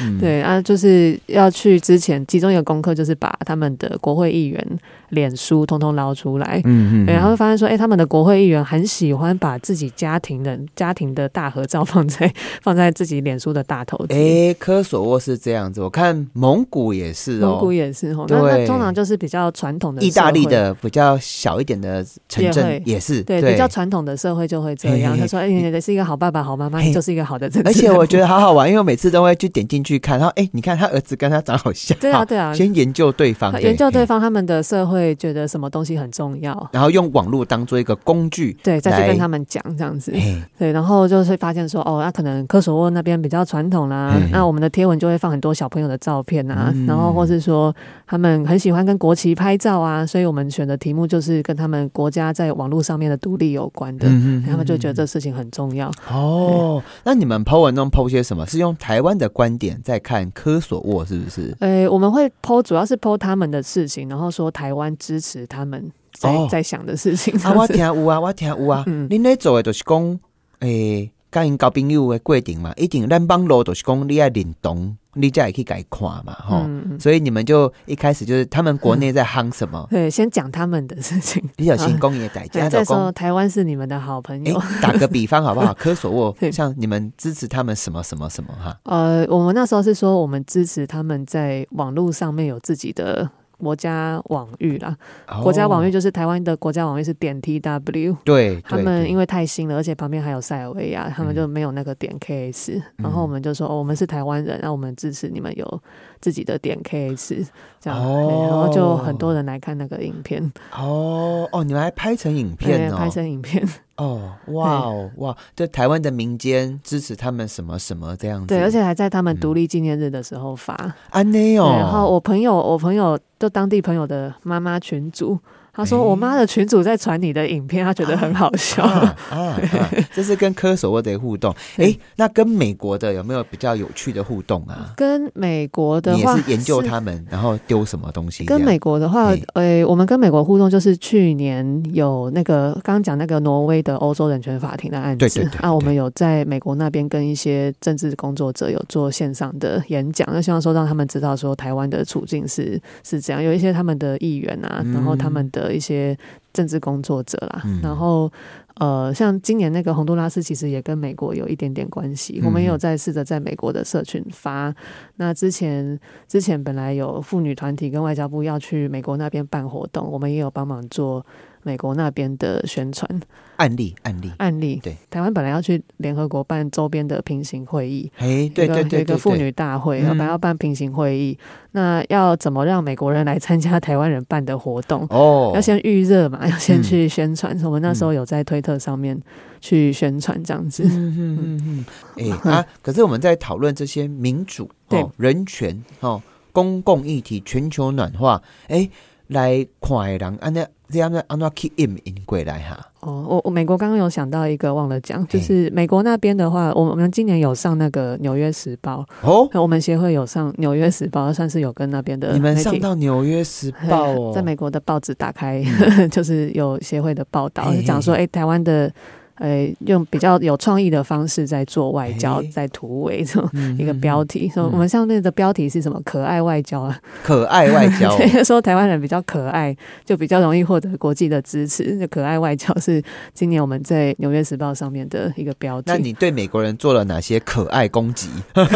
Speaker 1: 嗯，
Speaker 2: 对啊，就是要去之前，其中一个功课就是把他们的国会议员脸书通通捞出来。
Speaker 1: 嗯，嗯嗯，
Speaker 2: 对然后会发现说，哎、他们的国会议员很喜欢把自己家庭的家庭的大合照放在 放在自己脸书的大头贴。
Speaker 1: 诶，哎科索沃是这样子，我看蒙古也是
Speaker 2: 蒙古
Speaker 1: 哦，
Speaker 2: 也是哦，那那
Speaker 1: 对
Speaker 2: 通常就是比较传统的
Speaker 1: 意大利
Speaker 2: 社会
Speaker 1: 的比较小一点的城
Speaker 2: 也会
Speaker 1: 镇也是，
Speaker 2: 对
Speaker 1: 对
Speaker 2: 比较传统的社会就会这样。
Speaker 1: 嘿嘿嘿
Speaker 2: 他说：“哎、你是一个好爸爸、好妈妈，你
Speaker 1: 嘿
Speaker 2: 就是一个好的政治
Speaker 1: 而且
Speaker 2: 人
Speaker 1: 我
Speaker 2: 物
Speaker 1: 觉得好好玩，因为我每次都会去点进去看，然后哎，你看他儿子跟他长好像，
Speaker 2: 对啊，
Speaker 1: 好
Speaker 2: 对啊，
Speaker 1: 先研究对方，
Speaker 2: 研究对
Speaker 1: 嘿，
Speaker 2: 方他们的社会觉得什么东西很重要，
Speaker 1: 然后用网络当做一个工具，
Speaker 2: 对，再去
Speaker 1: 来
Speaker 2: 跟他们讲这样子。
Speaker 1: 嘿，
Speaker 2: 对，然后就是会发现说，哦，那、可能科索沃那边比较传统啦
Speaker 1: 嗯，
Speaker 2: 那我们的贴文就会放很多小朋友的照片啊，
Speaker 1: 嗯
Speaker 2: 然后或是说他们很喜欢跟国旗拍照啊，所以我们选的题目就是跟他们国家在网络上面的独立有关的，
Speaker 1: 嗯
Speaker 2: 他们就觉得这事情很重要。
Speaker 1: 哦，那你们 Po 文中 Po 些什么？是用台湾的观点在看科索沃，是不是？
Speaker 2: 呃，我们会剖，主要是剖他们的事情，然后说台湾支持他们在、
Speaker 1: 哦
Speaker 2: 在想的事情。
Speaker 1: 啊，我听有啊，我听有啊。
Speaker 2: 嗯
Speaker 1: 恁咧做的就是讲，诶、甲因交朋友的过程嘛，一定咱网络就是讲你爱认同，你才会去改看嘛，吼。
Speaker 2: 嗯，
Speaker 1: 所以你们就一开始就是他们国内在夯什么，
Speaker 2: 对，先讲他们的事情。
Speaker 1: 比较新公也代
Speaker 2: 对
Speaker 1: 家
Speaker 2: 再
Speaker 1: 的
Speaker 2: 嗯说
Speaker 1: 公。
Speaker 2: 台湾是你们的好朋
Speaker 1: 哎
Speaker 2: 友。，
Speaker 1: 打个比方 好不好？科索
Speaker 2: 对
Speaker 1: 沃，像你们支持他们什么什么什么哈？
Speaker 2: 呃，我们那时候是说，我们支持他们在网络上面有自己的国家网域啦。
Speaker 1: 哦
Speaker 2: 国家网域就是台湾的国家网域是点 T W，
Speaker 1: 对，嗯
Speaker 2: 他们因
Speaker 1: 为
Speaker 2: 为太新了，而且旁边还有塞尔维亚，他们就没有那个点 K S、然
Speaker 1: 嗯
Speaker 2: 后我们就说，哦，我们是台湾人，那我们支持你们有自己的点 K S，这样、
Speaker 1: 哦
Speaker 2: 然后就很多人来看那个影片，
Speaker 1: 哦哦，你们还拍成影片
Speaker 2: 对
Speaker 1: 哦，
Speaker 2: 拍成影片，
Speaker 1: 哦，哇哦哇，这台湾的民间支持他们什么什么这样子，
Speaker 2: 对，而且还在他们
Speaker 1: 嗯
Speaker 2: 独立纪念日的时候发。
Speaker 1: 安内哦，
Speaker 2: 对然后我朋友，我朋友就当地朋友的妈妈群主，她说
Speaker 1: 诶
Speaker 2: 我妈的群主在传你的影片，她觉得很好笑。
Speaker 1: 啊啊啊！ 这是跟科索沃的互动。
Speaker 2: 对
Speaker 1: 诶，那跟美国的有没有比较有趣的互动啊？
Speaker 2: 跟美国的
Speaker 1: 你也
Speaker 2: 话，
Speaker 1: 是研究他们，然后丢什么东西
Speaker 2: 是。
Speaker 1: 这样？
Speaker 2: 跟美国的话
Speaker 1: 嘿，
Speaker 2: 诶、我们跟美国互动就是去年有那个刚刚讲那个挪威的欧洲人权法庭的案
Speaker 1: 对
Speaker 2: 子
Speaker 1: 对对
Speaker 2: 啊，我们
Speaker 1: 对
Speaker 2: 有在美国那边跟一些政治工作者有做线上的演讲，那希望说让他们知道说台湾的处境是是这样，有一些他们的议员啊，
Speaker 1: 嗯
Speaker 2: 然后他们的一些政治工作者啦，
Speaker 1: 嗯
Speaker 2: 然后呃，像今年那个洪都拉斯其实也跟美国有一点点关系，我们
Speaker 1: 嗯
Speaker 2: 也有在试着在美国的社群发。那之前之前本来有妇女团体跟外交部要去美国那边办活动，我们也有帮忙做美国那边的宣传
Speaker 1: 案例案例。
Speaker 2: 案例。
Speaker 1: 对，
Speaker 2: 台湾本来要去联合国办周边的平行会议。
Speaker 1: 诶，对
Speaker 2: 有一
Speaker 1: 对
Speaker 2: 个
Speaker 1: 对
Speaker 2: 有
Speaker 1: 对
Speaker 2: 一个妇
Speaker 1: 对，
Speaker 2: 女大会，
Speaker 1: 嗯
Speaker 2: 本来要办平行会议，那要怎么让美国人来参加台湾人办的活动？
Speaker 1: 哦，
Speaker 2: 要先预热嘛，要先
Speaker 1: 嗯
Speaker 2: 去宣传。我们那时候有在推特上面去宣传这样子。
Speaker 1: 嗯嗯嗯 嗯，哎、啊，可是我们在讨论这些民主、
Speaker 2: 对
Speaker 1: 哦、人权、哦、公共议题、全球暖化，哎、来看的人，安那这样的安那 keep in 引过来哈，
Speaker 2: 哦，我我美国刚刚有想到一个忘了讲，
Speaker 1: 嘿
Speaker 2: 就是美国那边的话，我我们今年有上那个《纽约时报
Speaker 1: 哦》，，
Speaker 2: 我们协会有上《纽约时报》，算是有跟那边的
Speaker 1: 你们
Speaker 2: 呃媒体
Speaker 1: 上到纽约时报 哦，嗯
Speaker 2: 在美国的报纸打开， 就是有协会的报道，
Speaker 1: 嘿
Speaker 2: 就讲说，哎、台湾的，呃，用比较有创意的方式在做外交，
Speaker 1: 嘿
Speaker 2: 在突围这种
Speaker 1: 嗯
Speaker 2: 一个
Speaker 1: 嗯
Speaker 2: 标
Speaker 1: 嗯
Speaker 2: 题。说、我们上面的标题是什么？可爱外交啊，
Speaker 1: 可爱外 交哦、
Speaker 2: 对，就说台湾人比较可爱，就比较容易获得国际的支持。那可爱外交是今年我们在《纽约时报》上面的一个标
Speaker 1: 那
Speaker 2: 题。
Speaker 1: 你对美国人做了哪些可爱攻 击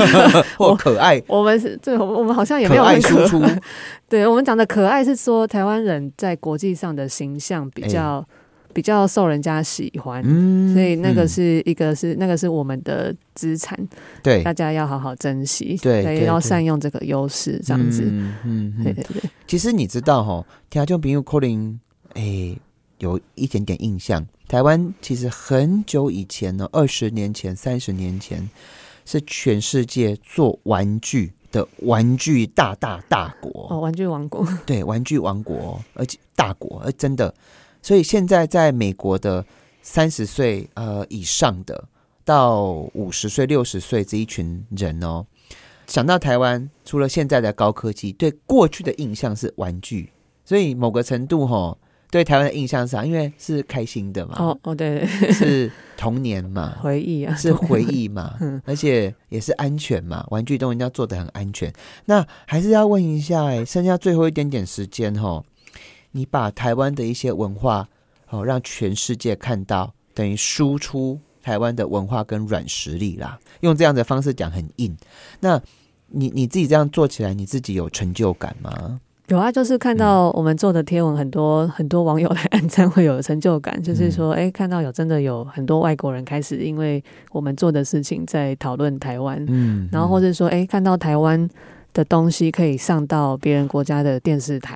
Speaker 1: 或可爱
Speaker 2: 我们是这，我们好像也没
Speaker 1: 可
Speaker 2: 有
Speaker 1: 爱
Speaker 2: 很
Speaker 1: 输出？
Speaker 2: 对我们讲的可爱是说台湾人在国际上的形象比较、比较受人家喜欢，
Speaker 1: 嗯
Speaker 2: 所以那个
Speaker 1: 嗯
Speaker 2: 是一个是那个是我们的资产，
Speaker 1: 对
Speaker 2: 大家要好好珍惜，
Speaker 1: 对
Speaker 2: 所以
Speaker 1: 对
Speaker 2: 要
Speaker 1: 对
Speaker 2: 善用这个优势，这样子。
Speaker 1: 嗯嗯嗯
Speaker 2: 对对对，
Speaker 1: 其实你知道哈，听众朋友可能诶、有一点点印象，台湾其实很久以前呢，二十年前、三十年前是全世界做玩具的玩具大大大国，
Speaker 2: 哦，玩具王国，
Speaker 1: 对，玩具王国，而且大国，而真的，所以现在在美国的三十岁呃以上的到五十岁、六十岁这一群人哦，想到台湾，除了现在的高科技，对过去的印象是玩具，所以某个程度哈、对台湾的印象是啊，因为是开心的嘛，
Speaker 2: 哦哦，对对，
Speaker 1: 是童年 嘛，
Speaker 2: 回忆啊，，
Speaker 1: 是回忆嘛
Speaker 2: 嗯
Speaker 1: 而且也是安全嘛，玩具东西要做的很安全。那还是要问一下、哎，剩下最后一点点时间哦，你把台湾的一些文化哦，让全世界看到，等于输出台湾的文化跟软实力啦。用这样的方式讲很硬，那你你自己这样做起来，你自己有成就感吗？
Speaker 2: 有啊，就是看
Speaker 1: 嗯
Speaker 2: 到我们做的贴文，很多、很多网友来按赞，会有成 就感。就是
Speaker 1: 嗯
Speaker 2: 说，哎、看到有真的有很多外国人开始因为我们做的事情在讨论台湾，
Speaker 1: 嗯，
Speaker 2: 然后或者说，哎、看到台湾的东西可以上到别人国家的电视台，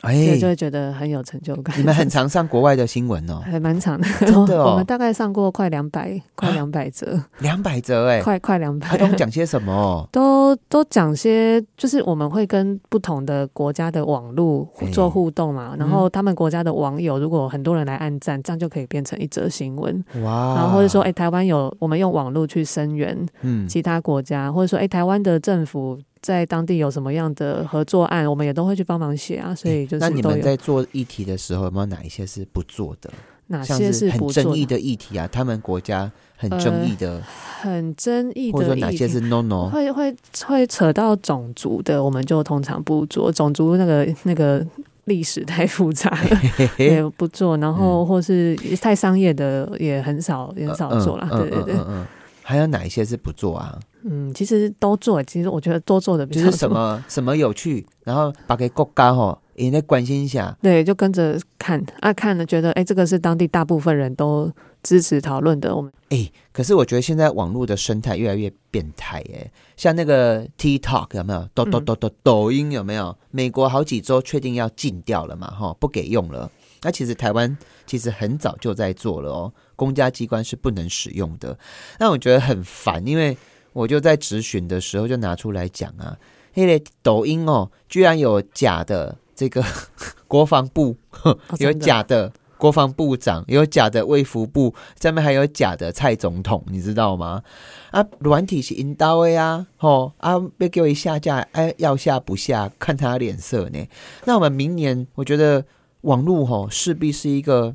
Speaker 1: 哎
Speaker 2: 所以，就会觉得很有成就感。
Speaker 1: 你们很常上国外的新闻哦，
Speaker 2: 还蛮长的，
Speaker 1: 真的哦
Speaker 2: 我们大概上过快两百，快两百折，
Speaker 1: 两百则哎，
Speaker 2: 快快两
Speaker 1: 他
Speaker 2: 百。
Speaker 1: 都讲些什么？哦
Speaker 2: 都都讲些，就是我们会跟不同的国家的网络
Speaker 1: 哎
Speaker 2: 做互动嘛，然
Speaker 1: 嗯
Speaker 2: 后他们国家的网友如果很多人来按赞，这样就可以变成一则新闻。
Speaker 1: 哇，
Speaker 2: 然后或者说，哎、台湾有我们用网络去声援
Speaker 1: 啊嗯，
Speaker 2: 其他国家，或者说，哎、台湾的政府在当地有什么样的合作案，我们也都会去帮忙写啊。所以就是
Speaker 1: 那你
Speaker 2: 都
Speaker 1: 们
Speaker 2: 有
Speaker 1: 在做议题的时候，有没有哪一些是不做的？
Speaker 2: 哪
Speaker 1: 像
Speaker 2: 些
Speaker 1: 很
Speaker 2: 不做
Speaker 1: 争议的议题啊，他们国家很争议的，
Speaker 2: 很争议的，
Speaker 1: 或者说哪些是 no no？
Speaker 2: 会会会扯到种族的，我们就通常不做种族那个那个历史太复杂了，
Speaker 1: 嘿嘿，
Speaker 2: 也不做。然后或是太商业的也很少也很少做啦。
Speaker 1: 嗯
Speaker 2: 对对
Speaker 1: 嗯嗯，
Speaker 2: 对
Speaker 1: 嗯嗯，还有哪一些是不做 啊？
Speaker 2: 嗯，其实都做，其实我觉得多做的比
Speaker 1: 就
Speaker 2: 较
Speaker 1: 是什
Speaker 2: 多
Speaker 1: 么什么有趣，然后把给国家吼，也再关心一下。
Speaker 2: 对，就跟着看啊，看了觉得哎，这个是当地大部分人都支持讨论的，我们
Speaker 1: 哎、可是我觉得现在网络的生态越来越变态哎、像那个 TikTok 有没有？抖抖抖抖抖音有没有？美国好几周确定要禁掉了嘛，哈，不给用了。那其实台湾其实很早就在做了哦，公家机关是不能使用的。那我觉得很烦，因为我就在质询的时候就拿出来讲啊，那个抖音哦，居然有假的这个 国防部
Speaker 2: 哦
Speaker 1: 有
Speaker 2: 真的
Speaker 1: 假的国防部长，有假的卫福部，上面还有假的蔡总统，你知道吗？啊，软体是引导的啊，吼啊，被给我一下架，哎，要下不下，看他脸色呢。那我们明年，我觉得网络吼势必是一个。嘖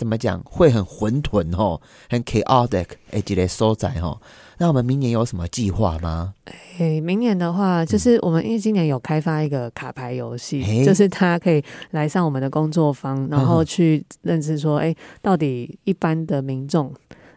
Speaker 1: 怎么讲会很混沌吼，很 chaotic 哎，几类收窄吼。那我们明年有什么计划吗？
Speaker 2: 哎，明年的话，就是我们因为今年有开发一个卡牌游戏，
Speaker 1: 哎
Speaker 2: 就是他可以来上我们的工作坊，然
Speaker 1: 嗯
Speaker 2: 后
Speaker 1: 哼
Speaker 2: 去认识说，哎，到底一般的民众。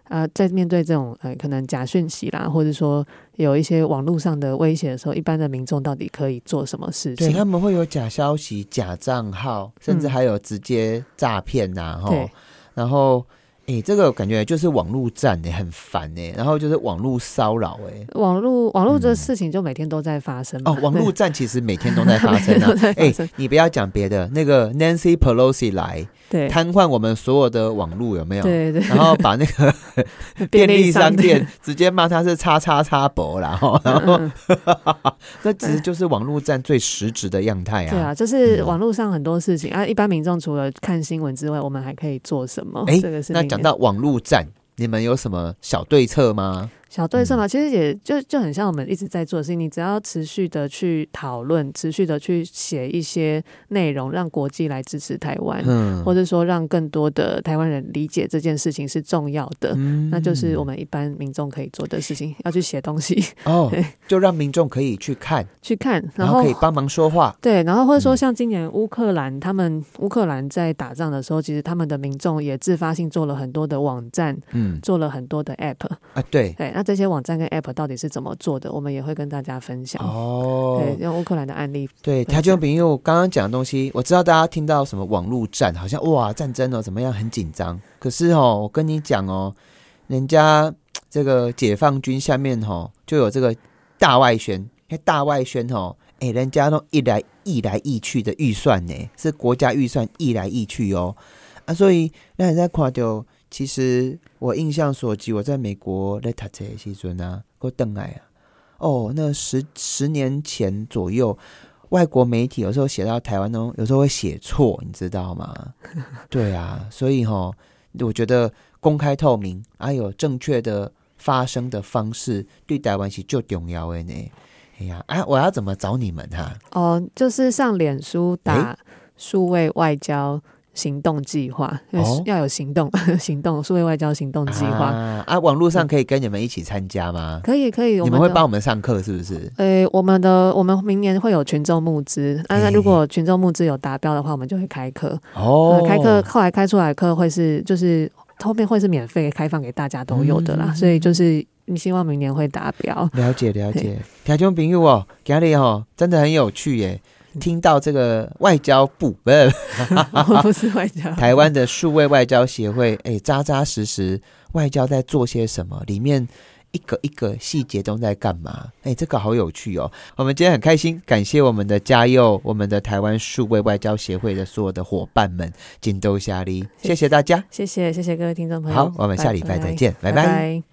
Speaker 2: 啊、在面对这种呃可能假讯息啦，或者说有一些网络上的威胁的时候，一般的民众到底可以做什么事
Speaker 1: 对，
Speaker 2: 情？
Speaker 1: 他们会有假消息、假账号，甚至
Speaker 2: 嗯
Speaker 1: 还有直接诈骗呐，吼、
Speaker 2: 对
Speaker 1: 然后，诶，这个感觉就是网络战诶，很烦诶，然后就是网络骚扰诶。
Speaker 2: 网络网络
Speaker 1: 嗯
Speaker 2: 这事情就每天都在发生嘛。
Speaker 1: 哦，网络
Speaker 2: 对
Speaker 1: 战其实每天都在发生
Speaker 2: 每天都
Speaker 1: 啊
Speaker 2: 在！发
Speaker 1: 诶，
Speaker 2: 生
Speaker 1: 你不要讲别的，那个 Nancy Pelosi 来
Speaker 2: 对
Speaker 1: 瘫痪我们所有的网络，有没有？
Speaker 2: 对对，
Speaker 1: 然后把那个 便利商店直接骂他是叉叉叉博啦，吼然后
Speaker 2: 嗯嗯
Speaker 1: 那其实就是网络战最实质的样态
Speaker 2: 对
Speaker 1: 啊！
Speaker 2: 啊，就是
Speaker 1: 嗯
Speaker 2: 网络上很多事情啊，一般民众除了看新闻之外，我们还可以做什么？
Speaker 1: 诶
Speaker 2: 这个是
Speaker 1: 那
Speaker 2: 明
Speaker 1: 讲
Speaker 2: 年
Speaker 1: 到网络战，你们有什么小对策吗？
Speaker 2: 小对
Speaker 1: 嗯
Speaker 2: 策嘛，其实也就就很像我们一直在做的事情，你只要持续的去讨论，持续的去写一些内容，让国际来支持台湾，
Speaker 1: 嗯
Speaker 2: 或者说让更多的台湾人理解这件事情是重要的。
Speaker 1: 嗯
Speaker 2: 那就是我们一般民众可以做的事情，要去写东西，
Speaker 1: 哦
Speaker 2: 对，
Speaker 1: 就让民众可以去看，
Speaker 2: 去看，
Speaker 1: 然
Speaker 2: 然
Speaker 1: 后
Speaker 2: 后
Speaker 1: 可以帮忙说话。
Speaker 2: 对，然后或者说
Speaker 1: 嗯
Speaker 2: 像今年乌克兰，他们乌克兰在打仗的时候，其实他们的民众也自发性做了很多的网站，
Speaker 1: 嗯
Speaker 2: 做了很多的 app。
Speaker 1: 啊，对，
Speaker 2: 对，那这些网站跟 app 到底是怎么做的，我们也会跟大家分享。对
Speaker 1: 哦，，
Speaker 2: 用乌克兰的案例，
Speaker 1: 对，
Speaker 2: 分
Speaker 1: 他就
Speaker 2: 享
Speaker 1: 比如刚刚讲的东西，我知道大家听到什么网络战，好像哇战争哦怎么样很紧张，可是哦，我跟你讲哦，人家嘖这个解放军下面哦就有这个大外宣，那大外宣哦，哎，人家都一来一来一去的预算呢，是国家预算一来一去哦，啊，所以那人家看到，其实我印象所及，我在美国在读册的时阵啊，我邓来啊，哦，那十十年前左右，外国媒体有时候写到台湾哦，有时候会写错，你知道 吗？对啊，所以哈、我觉得公开透明，还、有正确的发声的方式，对台湾是最重要的呢。哎呀，啊，我要怎么找你们哈、啊？
Speaker 2: 哦、就是上脸书打数位外交行动计划，因为
Speaker 1: 哦
Speaker 2: 要有行动， 行动数位外交行动计划。
Speaker 1: 啊啊，网络上可以跟你们一起参加吗？
Speaker 2: 可以可以，我
Speaker 1: 你们
Speaker 2: 们
Speaker 1: 会
Speaker 2: 的
Speaker 1: 帮我们上课是不 是？
Speaker 2: 诶，我们的我们明年会有群众募资，啊，那如果群众募资有达标的话，我们就会开课。
Speaker 1: 哦
Speaker 2: 呃，开课后来开出来的课会是就是后面会是免费开放给大家都有的啦，
Speaker 1: 嗯
Speaker 2: 所以就是希望明年会达 标。
Speaker 1: 了解了解，听众朋友哦，今日哦真的很有趣耶，
Speaker 2: 嗯
Speaker 1: 听到这个外交部呃不是
Speaker 2: 我不是 外交，
Speaker 1: 台湾的数位外交协会，哎，扎扎实实外交在做些什么，里面一个一个细节都在干嘛？哎，这个好有趣哦！我们今天很开心，感谢我们的嘉佑，我们的台湾数位外交协会的所有的伙伴们，金豆下力，谢谢大家。
Speaker 2: 谢谢谢谢各位听众朋友，
Speaker 1: 好，我们下礼拜再见，拜拜
Speaker 2: 拜